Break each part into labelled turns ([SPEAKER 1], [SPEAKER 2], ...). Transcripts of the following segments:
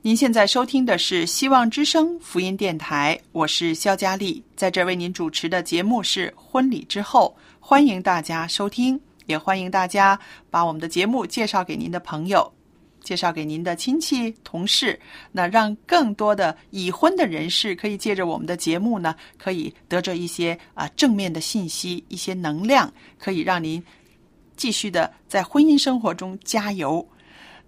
[SPEAKER 1] 您现在收听的是希望之声福音电台，我是肖佳丽，在这为您主持的节目是《婚礼之后》，欢迎大家收听，也欢迎大家把我们的节目介绍给您的朋友，介绍给您的亲戚、同事，那让更多的已婚的人士可以借着我们的节目呢，可以得着一些啊、正面的信息，一些能量，可以让您继续的在婚姻生活中加油。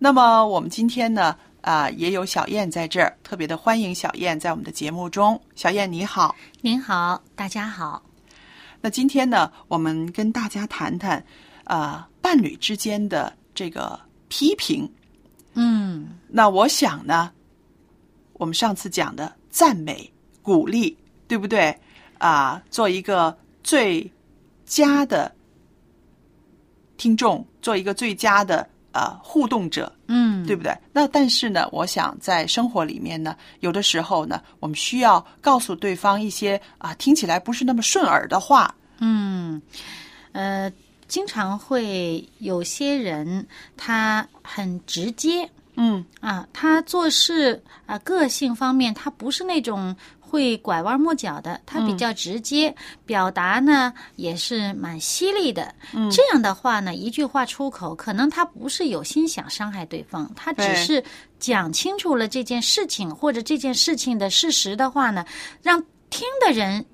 [SPEAKER 1] 那么我们今天呢，啊、也有小燕在这儿，特别的欢迎小燕在我们的节目中。小燕你好，
[SPEAKER 2] 您好，大家好。
[SPEAKER 1] 那今天呢，我们跟大家谈谈，啊，伴侣之间的这个批评。
[SPEAKER 2] 嗯，
[SPEAKER 1] 那我想呢，我们上次讲的赞美、鼓励，对不对？啊、做一个最佳的听众，做一个最佳的呃互动者，
[SPEAKER 2] 嗯，
[SPEAKER 1] 对不对？那但是呢，我想在生活里面呢，有的时候呢，我们需要告诉对方一些啊、听起来不是那么顺耳的话。
[SPEAKER 3] 嗯，呃，经常会有些人他很直接
[SPEAKER 1] 嗯
[SPEAKER 3] 啊，他做事啊、个性方面他不是那种会拐弯抹角的，他
[SPEAKER 1] 嗯
[SPEAKER 3] 比较直接，表达呢也是蛮犀利的。
[SPEAKER 1] 嗯
[SPEAKER 3] 这样的话呢，一句话出口，可能他不是有心想伤害对方，他只
[SPEAKER 1] 对
[SPEAKER 3] 是讲清楚了这件事情或者这件事情的事实的话呢，让听的人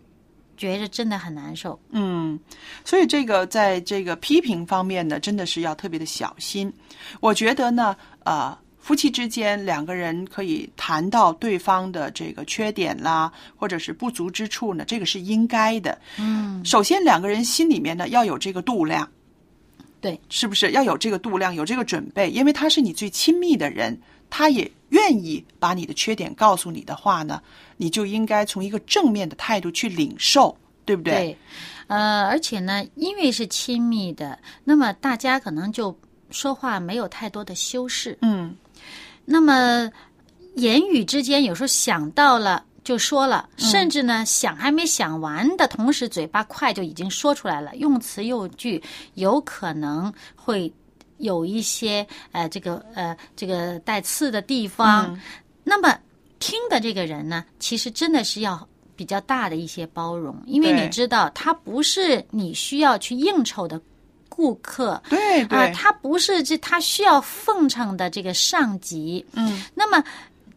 [SPEAKER 3] 觉着真的很难受。
[SPEAKER 1] 嗯，所以这个在这个批评方面呢，真的是要特别的小心。我觉得呢，呃，夫妻之间两个人可以谈到对方的这个缺点啦，或者是不足之处呢，这个是应该的。嗯，首先两个人心里面呢要有这个度量。
[SPEAKER 3] 对，
[SPEAKER 1] 是不是要有这个度量，有这个准备？因为他是你最亲密的人，他也愿意把你的缺点告诉你的话呢，你就应该从一个正面的态度去领受，对不对？
[SPEAKER 3] 对，呃，而且呢，因为是亲密的，那么大家可能就说话没有太多的修饰，
[SPEAKER 1] 嗯
[SPEAKER 3] 那么言语之间有时候想到了。就说了，甚至呢，想还没想完的同时，嘴巴快就已经说出来了，用词用句有可能会有一些呃，这个呃，这个带刺的地方。那么听的这个人呢，其实真的是要比较大的一些包容，因为
[SPEAKER 1] 对
[SPEAKER 3] 你知道他不是你需要去应酬的顾客，
[SPEAKER 1] 对对、
[SPEAKER 3] 啊，他不是这他需要奉承的这个上级。
[SPEAKER 1] 嗯，
[SPEAKER 3] 那么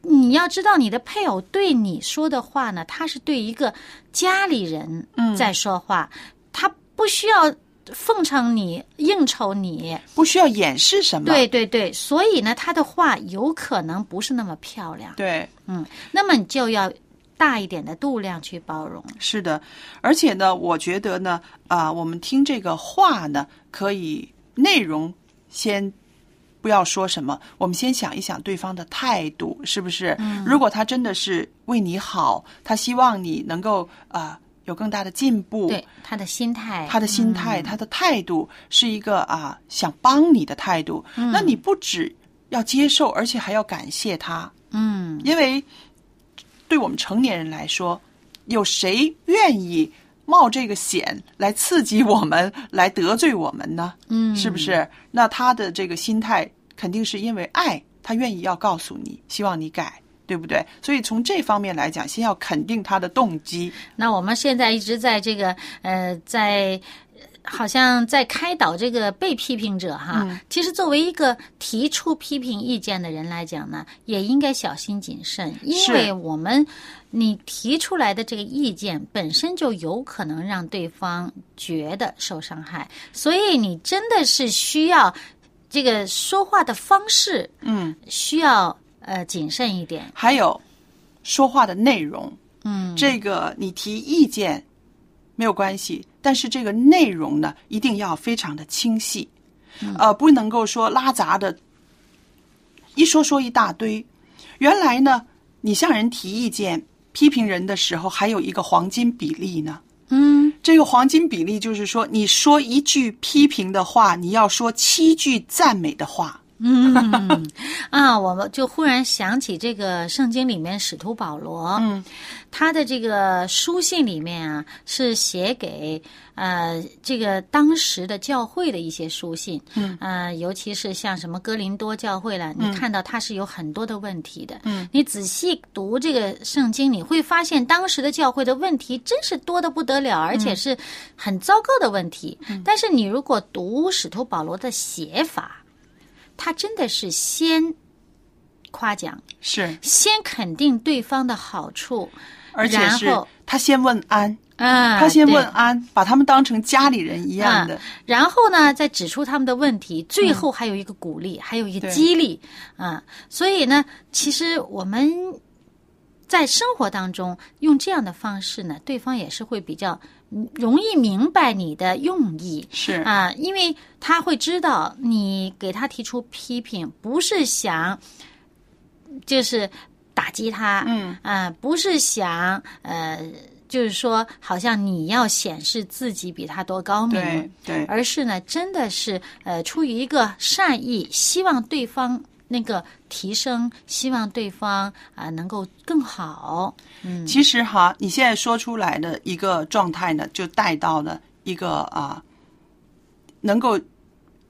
[SPEAKER 3] 你要知道，你的配偶对你说的话呢，他是对一个家里人
[SPEAKER 1] 嗯
[SPEAKER 3] 在说话，他不需要奉承你、应酬你。
[SPEAKER 1] 不需要掩饰什么。
[SPEAKER 3] 对对对，所以呢，他的话有可能不是那么漂亮。
[SPEAKER 1] 对，
[SPEAKER 3] 嗯，那么你就要大一点的度量去包容。
[SPEAKER 1] 是的。而且呢，我觉得呢，啊、我们听这个话呢，可以内容先。不要说什么，我们先想一想对方的态
[SPEAKER 3] 嗯
[SPEAKER 1] 度是不是？如果他真的是为你好，他希望你能够啊、呃有更大的进步。
[SPEAKER 3] 对嗯他的心态，
[SPEAKER 1] 他的心态、他的态度是一个啊想帮你的态度。
[SPEAKER 3] 嗯
[SPEAKER 1] 那你不只要接受，而且还要感谢他，
[SPEAKER 3] 嗯
[SPEAKER 1] 因为对我们成年人来说，有谁愿意冒这个险来刺激我们，来得罪我们呢？
[SPEAKER 3] 嗯，
[SPEAKER 1] 是不？是？那他的这个心态肯定是因为爱，他愿意要告诉你，希望你改，对不对？所以从这方面来讲，先要肯定他的动机。
[SPEAKER 3] 那我们现在一直在这个呃，在呃好像在开导这个被批评者哈。
[SPEAKER 1] 嗯
[SPEAKER 3] 其实作为一个提出批评意见的人来讲呢，也应该小心谨慎，因
[SPEAKER 1] 是
[SPEAKER 3] 为我们你提出来的这个意见本身就有可能让对方觉得受伤害，所以你真的是需要这个说话的方式
[SPEAKER 1] 嗯，
[SPEAKER 3] 需要呃谨慎一点。
[SPEAKER 1] 还有说话的内容，
[SPEAKER 3] 嗯，
[SPEAKER 1] 这个你提意见没有关系，但是这个内容呢，一定要非常的清晰，
[SPEAKER 3] 嗯
[SPEAKER 1] 呃，不能够说拉杂的，一说说一大堆。原来呢，你向人提意见、批评人的时候，还有一个黄金比例呢。
[SPEAKER 3] 嗯
[SPEAKER 1] 这个黄金比例就是说，你说一句批评的话，你要说七句赞美的话。
[SPEAKER 3] 嗯 啊，我们就忽然想起这个圣经里面使徒保罗，
[SPEAKER 1] 嗯，
[SPEAKER 3] 他的这个书信里面啊，是写给呃这个当时的教会的一些书信，嗯，呃，尤其是像什么哥林多教会了，你看到它是有很多的问题的，嗯，你仔细读这个圣经，你会发现当时的教会的问题真是多得不得了，而且是很糟糕的问题。但是你如果读使徒保罗的写法，他真的是先夸奖，
[SPEAKER 1] 是，
[SPEAKER 3] 先肯定对方的好处，
[SPEAKER 1] 而且
[SPEAKER 3] 然
[SPEAKER 1] 是
[SPEAKER 3] 后
[SPEAKER 1] 他先问安，
[SPEAKER 3] 啊，
[SPEAKER 1] 他先
[SPEAKER 3] 对啊
[SPEAKER 1] 问安，把他们当成家里人一样的。
[SPEAKER 3] 然后呢，再指出他们的问题，最后还有一个鼓
[SPEAKER 1] 嗯
[SPEAKER 3] 励，还有一个
[SPEAKER 1] 对
[SPEAKER 3] 激励啊。所以呢，其实我们在生活当中用这样的方式呢，对方也是会比较嗯容易明白你的用意。
[SPEAKER 1] 是，
[SPEAKER 3] 啊，因为他会知道你给他提出批评，不是想就是打击他，
[SPEAKER 1] 嗯
[SPEAKER 3] 啊，不是想呃，就是说好像你要显示自己比他多高
[SPEAKER 1] 对
[SPEAKER 3] 明，
[SPEAKER 1] 对，
[SPEAKER 3] 而是呢，真的是呃，出于一个善意，希望对方。那个提升，希望对方啊、能够更好。
[SPEAKER 1] 其实哈，你现在说出来的一个状态呢，就带到了一个啊，能够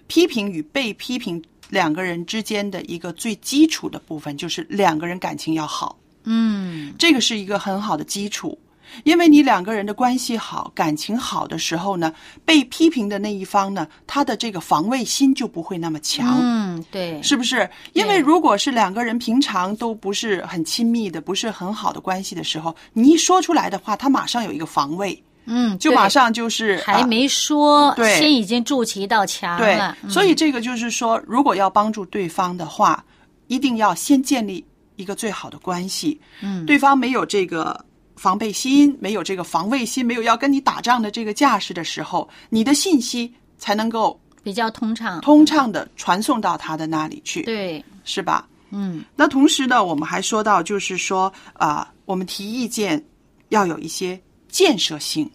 [SPEAKER 1] 批评与被批评两个人之间的一个最基础的部分，就是两个人感情要好。
[SPEAKER 3] 嗯
[SPEAKER 1] 这个是一个很好的基础，因为你两个人的关系好、感情好的时候呢，被批评的那一方呢，他的这个防卫心就不会那么强。
[SPEAKER 3] 嗯，对，
[SPEAKER 1] 是不是？因为
[SPEAKER 3] 对
[SPEAKER 1] 如果是两个人平常都不是很亲密的、不是很好的关系的时候，你一说出来的话，他马上有一个防卫，
[SPEAKER 3] 嗯，
[SPEAKER 1] 就
[SPEAKER 3] 对
[SPEAKER 1] 马上就是
[SPEAKER 3] 还、
[SPEAKER 1] 啊
[SPEAKER 3] 没说，
[SPEAKER 1] 对
[SPEAKER 3] 先已经筑起一道墙
[SPEAKER 1] 对
[SPEAKER 3] 了。，嗯
[SPEAKER 1] 所以这个就是说，如果要帮助对方的话，一定要先建立一个最好的关系。
[SPEAKER 3] 嗯
[SPEAKER 1] 对方没有这个防备心，没有这个防卫心，没有要跟你打仗的这个架势的时候，你的信息才能够
[SPEAKER 3] 比较通畅。
[SPEAKER 1] 通畅的传送到他的那里去，
[SPEAKER 3] 对，
[SPEAKER 1] 是吧？
[SPEAKER 3] 嗯
[SPEAKER 1] 那同时呢，我们还说到，就是说啊、我们提意见要有一些建设性。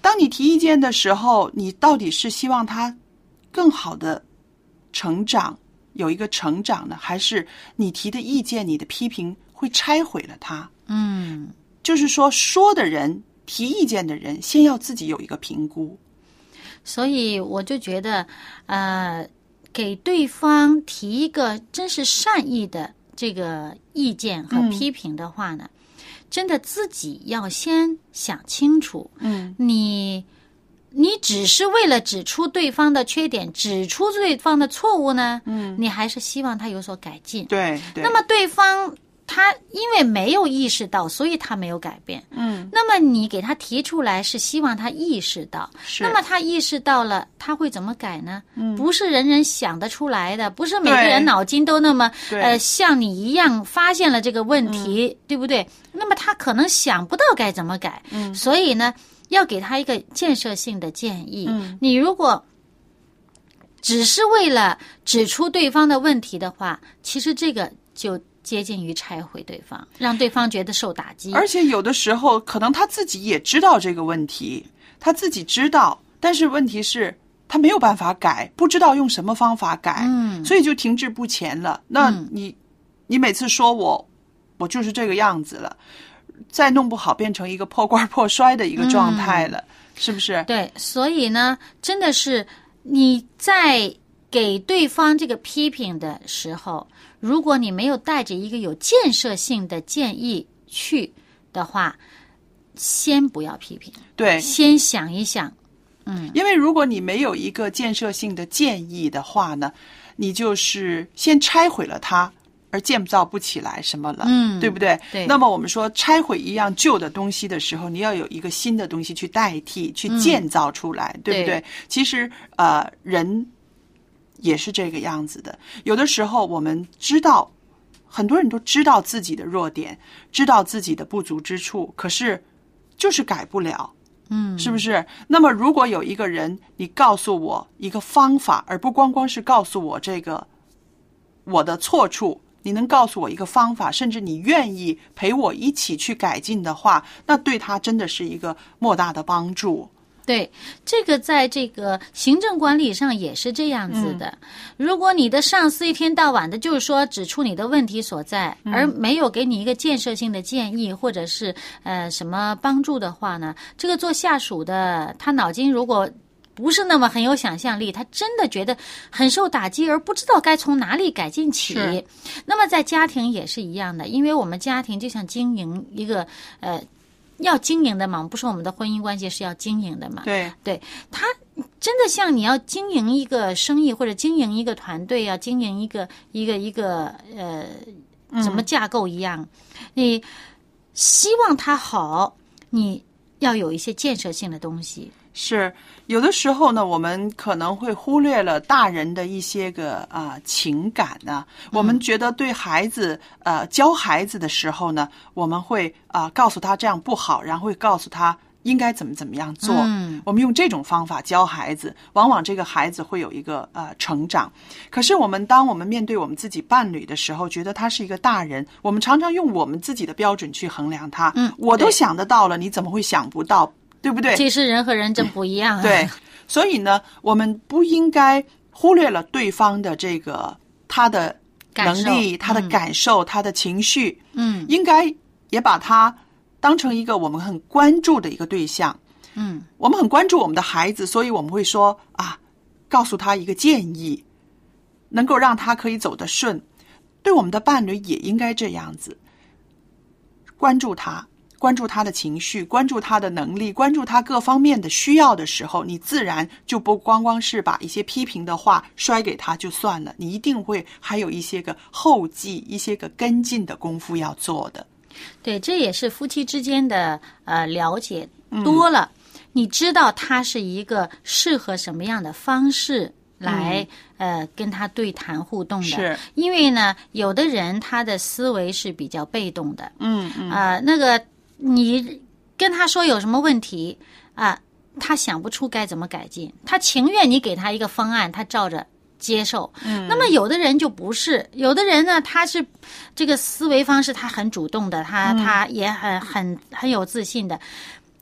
[SPEAKER 1] 当你提意见的时候，你到底是希望他更好的成长，有一个成长呢，还是你提的意见、你的批评会拆毁了他？
[SPEAKER 3] 嗯，
[SPEAKER 1] 就是说，说的人、提意见的人，先要自己有一个评估。
[SPEAKER 3] 所以我就觉得，呃，给对方提一个真是善意的这个意见和
[SPEAKER 1] 嗯
[SPEAKER 3] 批评的话呢，真的自己要先想清楚，
[SPEAKER 1] 嗯，
[SPEAKER 3] 你。你只是为了指出对方的缺点，指出对方的错误呢？嗯，你还是希望他有所改进。
[SPEAKER 1] 对对。
[SPEAKER 3] 那么对方他因为没有意识到，所以他没有改变。
[SPEAKER 1] 嗯，
[SPEAKER 3] 那么你给他提出来是希望他意识到，
[SPEAKER 1] 是嗯
[SPEAKER 3] 那么他意识到了，他会怎么改呢？不是人人想得出来的，不是每个
[SPEAKER 1] 对
[SPEAKER 3] 人脑筋都那么
[SPEAKER 1] 对嗯
[SPEAKER 3] 呃像你一样发现了这个问题，对不对？那么他可能想不到该怎么改，
[SPEAKER 1] 嗯
[SPEAKER 3] 所以呢，要给他一个建设性的建议。
[SPEAKER 1] 嗯
[SPEAKER 3] 你如果只是为了指出对方的问题的话，其实这个就接近于拆毁对方，让对方觉得受打击。
[SPEAKER 1] 而且有的时候，可能他自己也知道这个问题，他自己知道，但是问题是，他没有办法改，不知道用什么方法改，
[SPEAKER 3] 嗯
[SPEAKER 1] 所以就停滞不前了。那你，你每次说我，我就是这个样子了，再弄不好变成一个破罐破摔的一个状态了，是不是？
[SPEAKER 3] 对，所以呢，真的是你在给对方这个批评的时候，如果你没有带着一个有建设性的建议去的话，先不要批评，
[SPEAKER 1] 对，
[SPEAKER 3] 先想一想，
[SPEAKER 1] 因为如果你没有一个建设性的建议的话呢，你就是先拆毁了它，而建造不起来什么了，
[SPEAKER 3] 嗯
[SPEAKER 1] 对不对？
[SPEAKER 3] 对
[SPEAKER 1] 那么我们说拆毁一样旧的东西的时候，你要有一个新的东西去代替，去
[SPEAKER 3] 嗯
[SPEAKER 1] 建造出来，对不对？
[SPEAKER 3] 对
[SPEAKER 1] 其实呃，人也是这个样子的。有的时候我们知道，很多人都知道自己的弱点，知道自己的不足之处，可是就是改不了。
[SPEAKER 3] 嗯，
[SPEAKER 1] 是不是？那么，如果有一个人，你告诉我一个方法，而不光光是告诉我这个我的错处，你能告诉我一个方法，甚至你愿意陪我一起去改进的话，那对他真的是一个莫大的帮助。
[SPEAKER 3] 对，这个在这个行政管理上也是这样子的。如果你的上司一天到晚的，就是说指出你的问题所在，而没有给你一个建设性的建议或者是呃什么帮助的话呢，这个做下属的他脑筋如果。不是那么很有想象力，他真的觉得很受打击，而不知道该从哪里改进起
[SPEAKER 1] 是。
[SPEAKER 3] 那么在家庭也是一样的，因为我们家庭就像经营一个呃要经营的嘛，我们不说我们的婚姻关系是要经营的嘛，
[SPEAKER 1] 对，
[SPEAKER 3] 真的像你要经营一个生意或者经营一个团队啊，经营一个一个一个呃什么架构一样，
[SPEAKER 1] 嗯
[SPEAKER 3] 你希望它好，你要有一些建设性的东西。
[SPEAKER 1] 是有的时候呢，我们可能会忽略了大人的一些个啊、情感呢、我们觉得对孩子呃教孩子的时候呢，我们会啊、告诉他这样不好，然后会告诉他应该怎么怎么样做。
[SPEAKER 3] 嗯
[SPEAKER 1] 我们用这种方法教孩子，往往这个孩子会有一个呃成长。可是我们当我们面对我们自己伴侣的时候，觉得他是一个大人，我们常常用我们自己的标准去衡量他。
[SPEAKER 3] 嗯
[SPEAKER 1] 我都
[SPEAKER 3] 对
[SPEAKER 1] 想得到了，你怎么会想不到？对不对？
[SPEAKER 3] 其实人和人真不一样、啊。
[SPEAKER 1] 对，所以呢，我们不应该忽略了对方的这个他的
[SPEAKER 3] 感
[SPEAKER 1] 能
[SPEAKER 3] 受
[SPEAKER 1] 力、他的
[SPEAKER 3] 嗯
[SPEAKER 1] 感受、他的情绪，
[SPEAKER 3] 嗯
[SPEAKER 1] 应该也把他当成一个我们很关注的一个对象。
[SPEAKER 3] 嗯，
[SPEAKER 1] 我们很关注我们的孩子，所以我们会说啊，告诉他一个建议，能够让他可以走得顺。对我们的伴侣也应该这样子，关注他，关注他的情绪，关注他的能力，关注他各方面的需要的时候，你自然就不光光是把一些批评的话摔给他就算了，你一定会还有一些个后继、一些个跟进的功夫要做的。
[SPEAKER 3] 对，这也是夫妻之间的呃了解多
[SPEAKER 1] 嗯
[SPEAKER 3] 了，你知道他是一个适合什么样的方式来、呃跟他对谈互动的。
[SPEAKER 1] 嗯是，
[SPEAKER 3] 因为呢，有的人他的思维是比较被动的，
[SPEAKER 1] 嗯嗯，
[SPEAKER 3] 啊，那个你跟他说有什么问题啊、他想不出该怎么改进，他情愿你给他一个方案，他照着。接受，
[SPEAKER 1] 嗯
[SPEAKER 3] 那么有的人就不是，有的人呢，他是这个思维方式，他很主动的，他
[SPEAKER 1] 嗯
[SPEAKER 3] 他也很很很有自信的。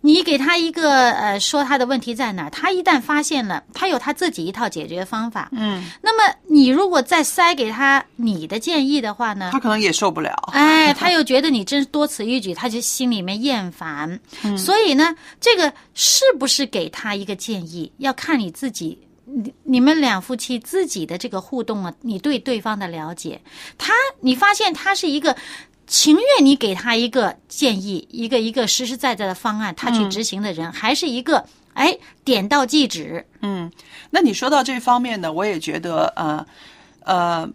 [SPEAKER 3] 你给他一个呃，说他的问题在哪儿，他一旦发现了，他有他自己一套解决方法。嗯，那么你如果再塞给他你的建议的话呢，
[SPEAKER 1] 他可能也受不了。
[SPEAKER 3] 哎，他又觉得你真是多此一举，他就心里面厌烦。所以呢，这个是不是给他一个建议，要看你自己。你你们两夫妻自己的这个互动啊，你对对方的了解，他你发现他是一个情愿你给他一个建议，一个一个实实在在的方案，他去执行的人，还是一个哎点到即止，
[SPEAKER 1] 那你说到这方面呢，我也觉得，呃，呃，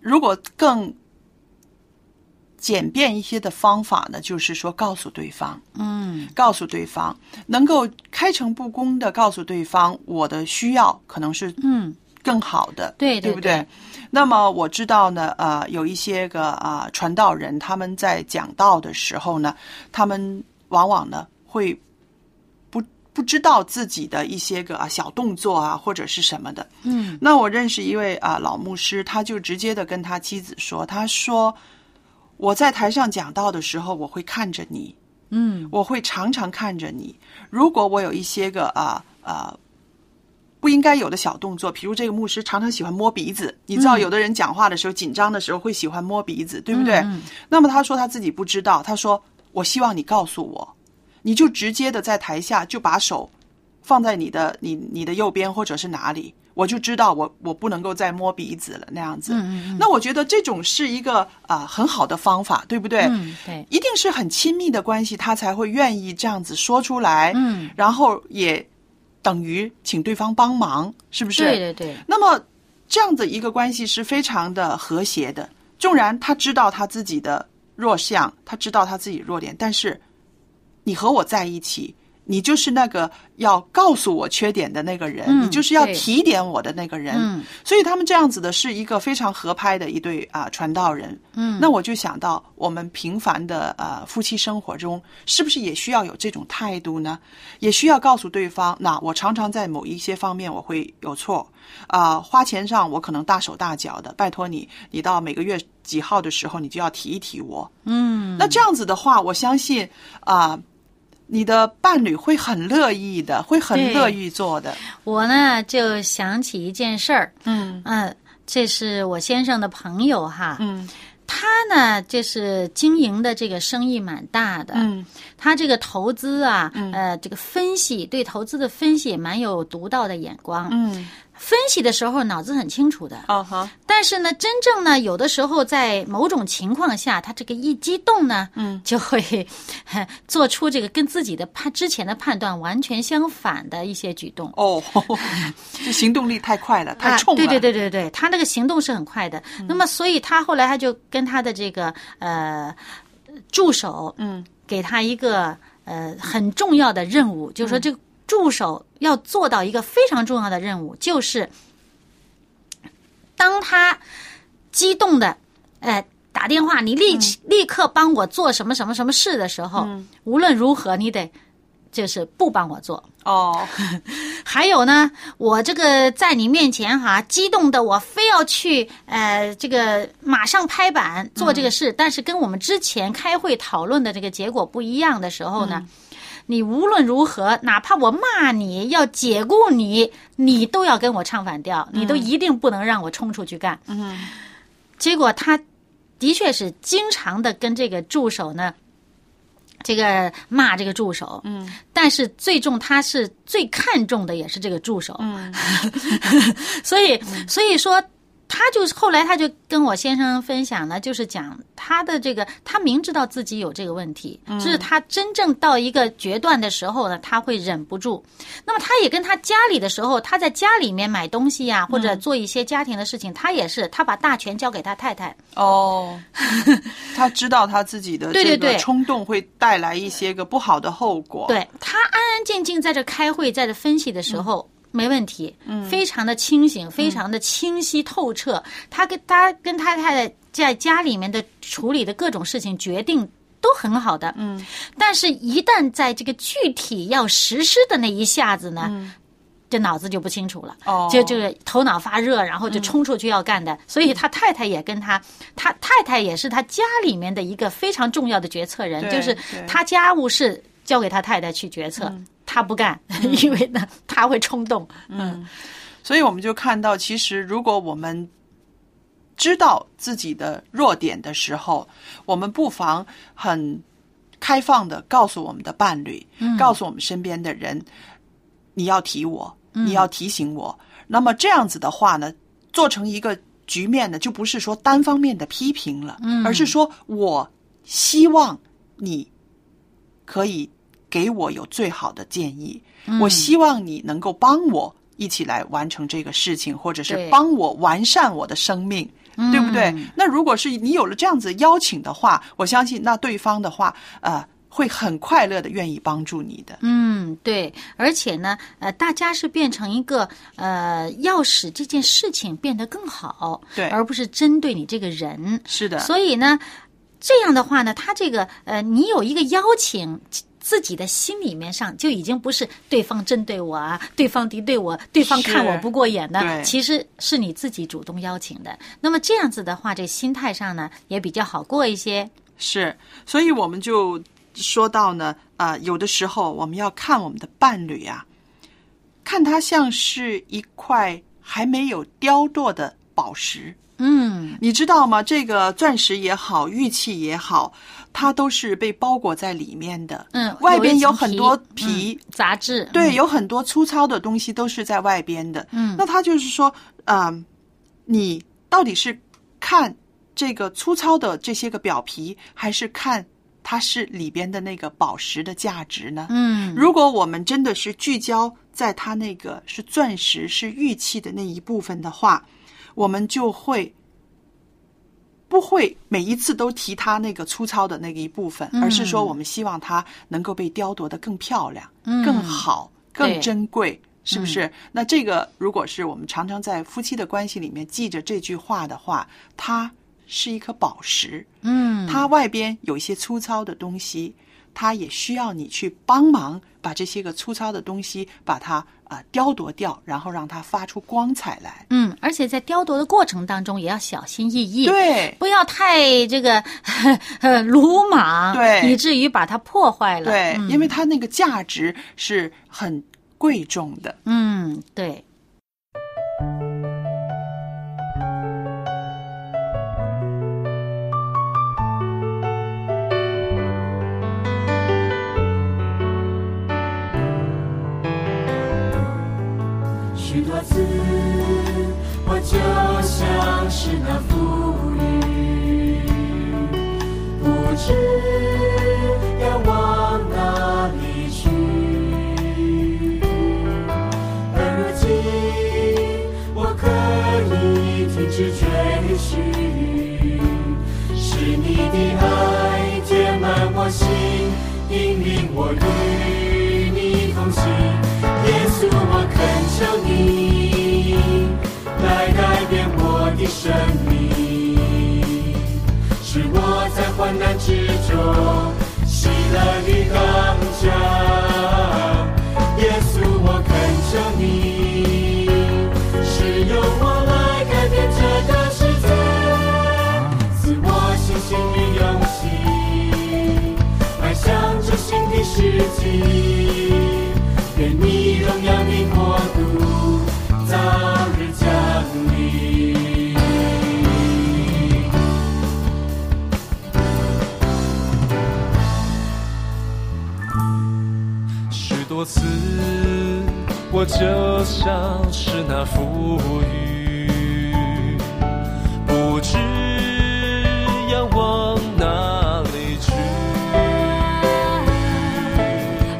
[SPEAKER 1] 如果更简便一些的方法呢，就是说告诉对方，
[SPEAKER 3] 嗯，
[SPEAKER 1] 告诉对方，能够开诚布公的告诉对方我的需要可能是
[SPEAKER 3] 嗯，
[SPEAKER 1] 更好的，
[SPEAKER 3] 对
[SPEAKER 1] 对
[SPEAKER 3] 对
[SPEAKER 1] 不对？那么我知道呢，呃，有一些个啊、呃传道人他们在讲道的时候呢，他们往往呢会不不知道自己的一些个啊小动作啊或者是什么的。
[SPEAKER 3] 嗯，
[SPEAKER 1] 那我认识一位啊、老牧师，他就直接的跟他妻子说，他说我在台上讲道的时候，我会看着你，
[SPEAKER 3] 嗯，
[SPEAKER 1] 我会常常看着你。如果我有一些个啊啊、不应该有的小动作，比如这个牧师常常喜欢摸鼻子，你知道，有的人讲话的时候、紧张的时候会喜欢摸鼻子，对不
[SPEAKER 3] 嗯
[SPEAKER 1] 对？那么他说他自己不知道，他说我希望你告诉我，你就直接的在台下就把手放在你的你你的右边或者是哪里，我就知道我我不能够再摸鼻子了那样子。
[SPEAKER 3] 嗯嗯
[SPEAKER 1] 那我觉得这种是一个啊、很好的方法，对不对？
[SPEAKER 3] 嗯，对，
[SPEAKER 1] 一定是很亲密的关系，他才会愿意这样子说出来，
[SPEAKER 3] 嗯，
[SPEAKER 1] 然后也等于请对方帮忙，是不是？
[SPEAKER 3] 对对对，
[SPEAKER 1] 那么这样的一个关系是非常的和谐的。纵然他知道他自己的弱项，他知道他自己弱点，但是你和我在一起，你就是那个要告诉我缺点的那个人，
[SPEAKER 3] 嗯
[SPEAKER 1] 你就是要
[SPEAKER 3] 对
[SPEAKER 1] 提点我的那个人。
[SPEAKER 3] 嗯
[SPEAKER 1] 所以他们这样子的是一个非常合拍的一对啊、传道人。
[SPEAKER 3] 嗯，
[SPEAKER 1] 那我就想到我们平凡的呃夫妻生活中，是不是也需要有这种态度呢？也需要告诉对方，那我常常在某一些方面我会有错，啊、花钱上我可能大手大脚的，拜托你，你到每个月几号的时候，你就要提一提我。
[SPEAKER 3] 嗯，
[SPEAKER 1] 那这样子的话，我相信啊、你的伴侣会很乐意的，会很
[SPEAKER 3] 对
[SPEAKER 1] 乐意做的。
[SPEAKER 3] 我呢就想起一件事儿，
[SPEAKER 1] 嗯
[SPEAKER 3] 嗯，这是我先生的朋友哈，
[SPEAKER 1] 嗯
[SPEAKER 3] 他呢就是经营的这个生意蛮大的，
[SPEAKER 1] 嗯
[SPEAKER 3] 他这个投资啊，呃，这个分析对投资的分析也蛮有独到的眼光，
[SPEAKER 1] 嗯，
[SPEAKER 3] 分析的时候脑子很清楚的，
[SPEAKER 1] 啊哈，
[SPEAKER 3] 但是呢，真正呢，有的时候在某种情况下，他这个一激动呢，
[SPEAKER 1] 嗯，
[SPEAKER 3] 就会呵做出这个跟自己的判之前的判断完全相反的一些举动。
[SPEAKER 1] 哦， 这行动力太快了，太冲了。嗯
[SPEAKER 3] 啊。对对对对对，他那个行动是很快的。那么，所以他后来他就跟他的这个呃助手，
[SPEAKER 1] 嗯，
[SPEAKER 3] 给他一个呃很重要的任务，就是说
[SPEAKER 1] 嗯
[SPEAKER 3] 这个助手要做到一个非常重要的任务，就是当他激动的呃打电话，你
[SPEAKER 1] 嗯
[SPEAKER 3] 立、立刻帮我做什么什么什么事的时候，无论如何你得就是不帮我做。
[SPEAKER 1] 哦，
[SPEAKER 3] 还有呢，我这个在你面前哈，激动的我非要去呃，这个马上拍板做这个事，但是跟我们之前开会讨论的这个结果不一样的时候呢，你无论如何，哪怕我骂你要解雇你，你都要跟我唱反调，你都一定不能让我冲出去干。嗯，结果他的确是经常的跟这个助手呢。这个骂这个助手，嗯，但是最终他是最看重的也是这个助手，嗯， 所以所以说他就是后来他就跟我先生分享呢，就是讲他的这个他明知道自己有这个问题，嗯、就是他真正到一个决断的时候呢，他会忍不住。那么他也跟他家里的时候，他在家里面买东西呀、或者做一些家庭的事情，他也是他把大权交给他太太，
[SPEAKER 1] 哦， 他知道他自己的
[SPEAKER 3] 对
[SPEAKER 1] 这
[SPEAKER 3] 对
[SPEAKER 1] 个
[SPEAKER 3] 对
[SPEAKER 1] 冲动会带来一些个不好的后果。，
[SPEAKER 3] 对他安安静静在这开会，在这分析的时候。没问题，
[SPEAKER 1] 嗯
[SPEAKER 3] 非常的清醒，非常的清晰透彻。他跟他跟他太太在家里面的处理的各种事情决定都很好的，嗯。但是，一旦在这个具体要实施的那一下子呢，这脑子就不清楚了，
[SPEAKER 1] 嗯哦嗯
[SPEAKER 3] 就就是头脑发热，然后就冲出去要干的。所以他太太也跟他，他太太也是他家里面的一个非常重要的决策人，
[SPEAKER 1] 对
[SPEAKER 3] 就是
[SPEAKER 1] 对
[SPEAKER 3] 他家务事交给他太太去决策，他不干， 因为呢他会冲动。嗯
[SPEAKER 1] 所以我们就看到，其实如果我们知道自己的弱点的时候，我们不妨很开放的告诉我们的伴侣，告诉我们身边的人，你要提我，你要提醒我。那么这样子的话呢，做成一个局面呢，就不是说单方面的批评了，而是说我希望你可以给我有最好的建议，
[SPEAKER 3] 嗯
[SPEAKER 1] 我希望你能够帮我一起来完成这个事情，或者是
[SPEAKER 3] 对嗯
[SPEAKER 1] 帮我完善我的生命。对不对？那如果是你有了这样子邀请的话，我相信那对方的话，呃，会很快乐的愿意帮助你的。
[SPEAKER 3] 嗯，对，而且呢，呃，大家是变成一个呃，要使这件事情变得更好，
[SPEAKER 1] 对
[SPEAKER 3] 而不是针对你这个人。
[SPEAKER 1] 是的，
[SPEAKER 3] 所以呢，这样的话呢，他这个呃，你有一个邀请。自己的心里面上就已经不是对方针对我啊，对方敌对我，对方看我
[SPEAKER 1] 是
[SPEAKER 3] 不过眼
[SPEAKER 1] 对
[SPEAKER 3] 的，其实是你自己主动邀请的。那么这样子的话，这心态上呢也比较好过一些。
[SPEAKER 1] 是，所以我们就说到呢，啊、有的时候我们要看我们的伴侣啊，看他像是一块还没有雕琢的宝石，
[SPEAKER 3] 嗯，
[SPEAKER 1] 你知道吗？这个钻石也好，玉器也好，它都是被包裹在里面的。
[SPEAKER 3] 嗯，
[SPEAKER 1] 外边
[SPEAKER 3] 一层
[SPEAKER 1] 有很多
[SPEAKER 3] 皮、
[SPEAKER 1] 皮
[SPEAKER 3] 嗯杂质，
[SPEAKER 1] 对，有很多粗糙的东西都是在外边的。
[SPEAKER 3] 嗯
[SPEAKER 1] 那他就是说，啊、你到底是看这个粗糙的这些个表皮，还是看它是里边的那个宝石的价值呢？
[SPEAKER 3] 嗯，嗯，
[SPEAKER 1] 如果我们真的是聚焦在它那个是钻石、是玉器的那一部分的话，我们就会不会每一次都提它那个粗糙的那个一部分，
[SPEAKER 3] 嗯
[SPEAKER 1] 而是说我们希望它能够被雕琢的更漂亮、
[SPEAKER 3] 嗯
[SPEAKER 1] 更好、
[SPEAKER 3] 对嗯
[SPEAKER 1] 更珍贵。是不是？那这个，如果是我们常常在夫妻的关系里面记着这句话的话，它是一颗宝石，
[SPEAKER 3] 嗯，
[SPEAKER 1] 它外边有一些粗糙的东西，它也需要你去帮忙把这些个粗糙的东西把它啊、呃雕琢掉，然后让它发出光彩来。
[SPEAKER 3] 嗯，而且在雕琢的过程当中也要小心翼翼，，
[SPEAKER 1] 对
[SPEAKER 3] 不要太这个 呃鲁莽，
[SPEAKER 1] 对
[SPEAKER 3] 以至于把它破坏了，
[SPEAKER 1] 对，
[SPEAKER 3] 嗯
[SPEAKER 1] 因为它那个价值是很贵重的。
[SPEAKER 3] 嗯，对，
[SPEAKER 4] 许多次，我就像是那浮云，不知要往哪里去。而如今，我可以停止追寻，是你的爱填满我心，引领我与你同行。耶稣，我恳求你来改变我的生命，使我在患难之中喜乐地刚强。耶稣，我恳求你，是由我来改变这个世界。赐我信心与勇气，迈向这新的世纪。愿你荣耀的国度早日降临。
[SPEAKER 5] 许多次，我就像是那浮云，不知要往哪里去。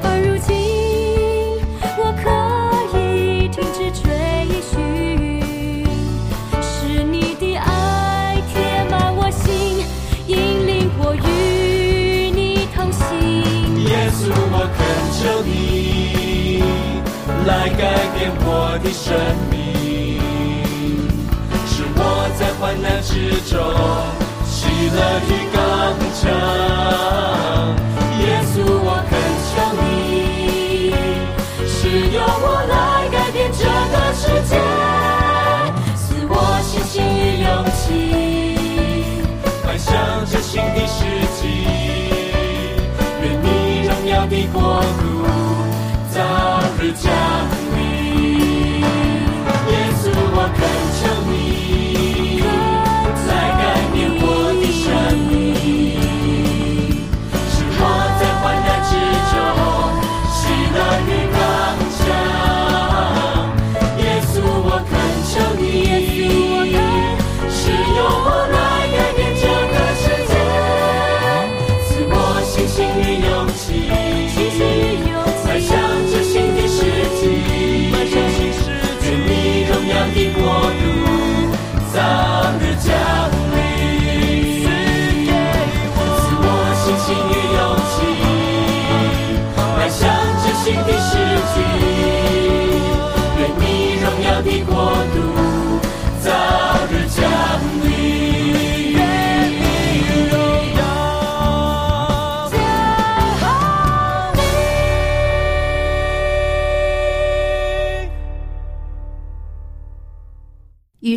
[SPEAKER 6] 而如今，我可以停止追寻，是你的爱填满我心，引领我与你同行。
[SPEAKER 5] 耶稣，我恳求你来改变我的生命，使我在患难之中喜乐与刚强。耶稣，我恳求你，
[SPEAKER 6] 是由我来改变这个世界，赐我信心与勇气。
[SPEAKER 5] 迈向这新的世纪，愿你荣耀的国度早日降临。耶稣，我恳求你，来改变我的生命，使我在患难之中喜乐与刚强。耶稣，我恳求你。
[SPEAKER 6] 是由我来改变这个世界，
[SPEAKER 5] 赐我信心与勇气，迈向这新的世纪。愿你荣耀的国度早日降临。赐我信心与勇气，迈向这新的世纪。愿你荣耀的国度早日降临。愿你荣耀。
[SPEAKER 7] 与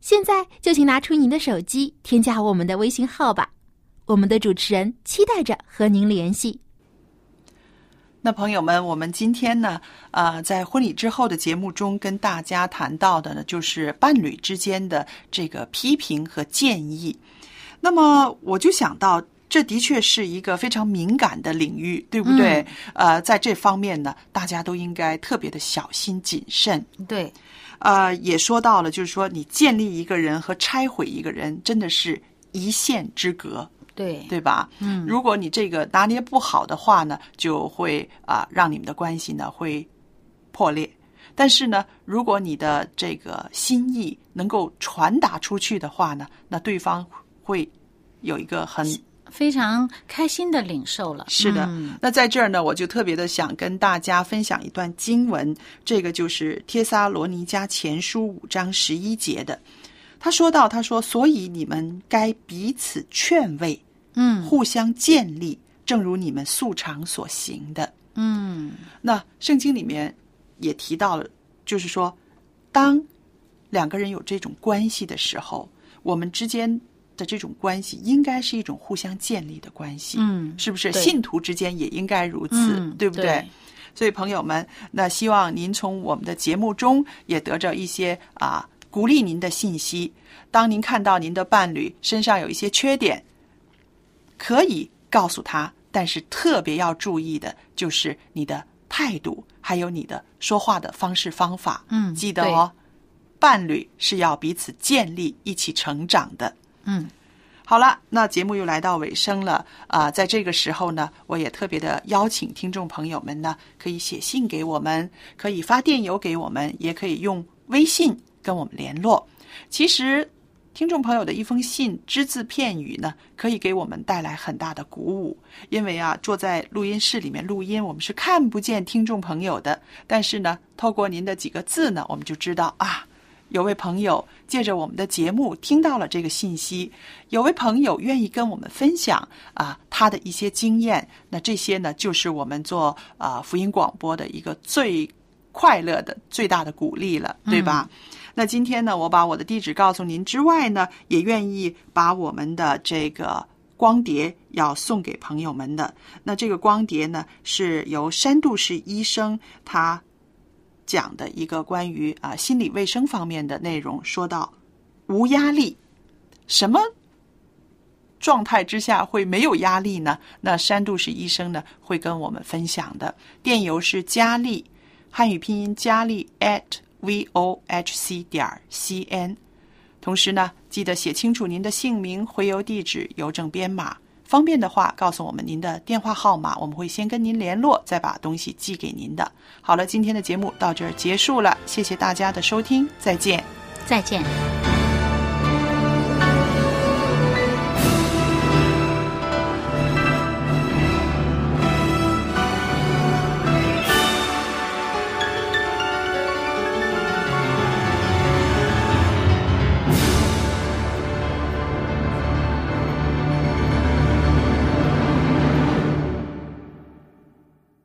[SPEAKER 7] 现在就请拿出您的手机，添加我们的微信号吧。我们的主持人期待着和您联系。
[SPEAKER 1] 那朋友们，我们今天呢，呃，在婚礼之后的节目中跟大家谈到的呢，就是伴侣之间的这个批评和建议。那么我就想到，这的确是一个非常敏感的领域，对不对？呃，在这方面呢，大家都应该特别的小心谨慎。
[SPEAKER 3] 对，
[SPEAKER 1] 呃，也说到了，就是说你建立一个人和拆毁一个人，真的是一线之隔。
[SPEAKER 3] 对，
[SPEAKER 1] 对吧？嗯，如果你这个拿捏不好的话呢，就会啊、让你们的关系呢会破裂。但是呢，如果你的这个心意能够传达出去的话呢，那对方会有一个很
[SPEAKER 3] 非常开心的领受了。
[SPEAKER 1] 是的，
[SPEAKER 3] 嗯
[SPEAKER 1] 那在这儿呢，我就特别的想跟大家分享一段经文，这个就是《帖撒罗尼迦前书》五章十一节的。他说到：“他说，所以你们该彼此劝慰，
[SPEAKER 3] 嗯
[SPEAKER 1] 互相建立，正如你们素常所行的。
[SPEAKER 3] 嗯，
[SPEAKER 1] 那圣经里面也提到了，就是说，当两个人有这种关系的时候，我们之间的这种关系应该是一种互相建立的关系，
[SPEAKER 3] 嗯
[SPEAKER 1] 是不是？
[SPEAKER 3] 对
[SPEAKER 1] 信徒之间也应该如此，
[SPEAKER 3] 嗯
[SPEAKER 1] 对不对？
[SPEAKER 3] 对
[SPEAKER 1] 所以，朋友们，那希望您从我们的节目中也得着一些啊鼓励您的信息。当您看到您的伴侣身上有一些缺点，可以告诉他，但是特别要注意的就是你的态度，还有你的说话的方式方法。
[SPEAKER 3] 嗯
[SPEAKER 1] 记得哦，伴侣是要彼此建立、一起成长的。
[SPEAKER 3] 嗯，
[SPEAKER 1] 好了，那节目又来到尾声了啊、在这个时候呢，我也特别的邀请听众朋友们呢，可以写信给我们，可以发电邮给我们，也可以用微信跟我们联络。其实，听众朋友的一封信只字片语呢，可以给我们带来很大的鼓舞。因为啊，坐在录音室里面录音，我们是看不见听众朋友的，但是呢，透过您的几个字呢，我们就知道啊。有位朋友借着我们的节目听到了这个信息，有位朋友愿意跟我们分享啊他的一些经验，那这些呢就是我们做啊福音广播的一个最快乐的最大的鼓励了，对吧？那今天呢，我把我的地址告诉您之外呢，也愿意把我们的这个光碟要送给朋友们的。那这个光碟呢，是由山度士医生他讲的一个关于啊心理卫生方面的内容，说到无压力，什么状态之下会没有压力呢？那山度士医生呢会跟我们分享的。电邮是佳丽，汉语拼音佳丽 at v o h c 点 c n。同时呢，记得写清楚您的姓名、回邮地址、邮政编码。方便的话，告诉我们您的电话号码，我们会先跟您联络，再把东西寄给您的。好了，今天的节目到这儿结束了，谢谢大家的收听，再见。
[SPEAKER 3] 再见。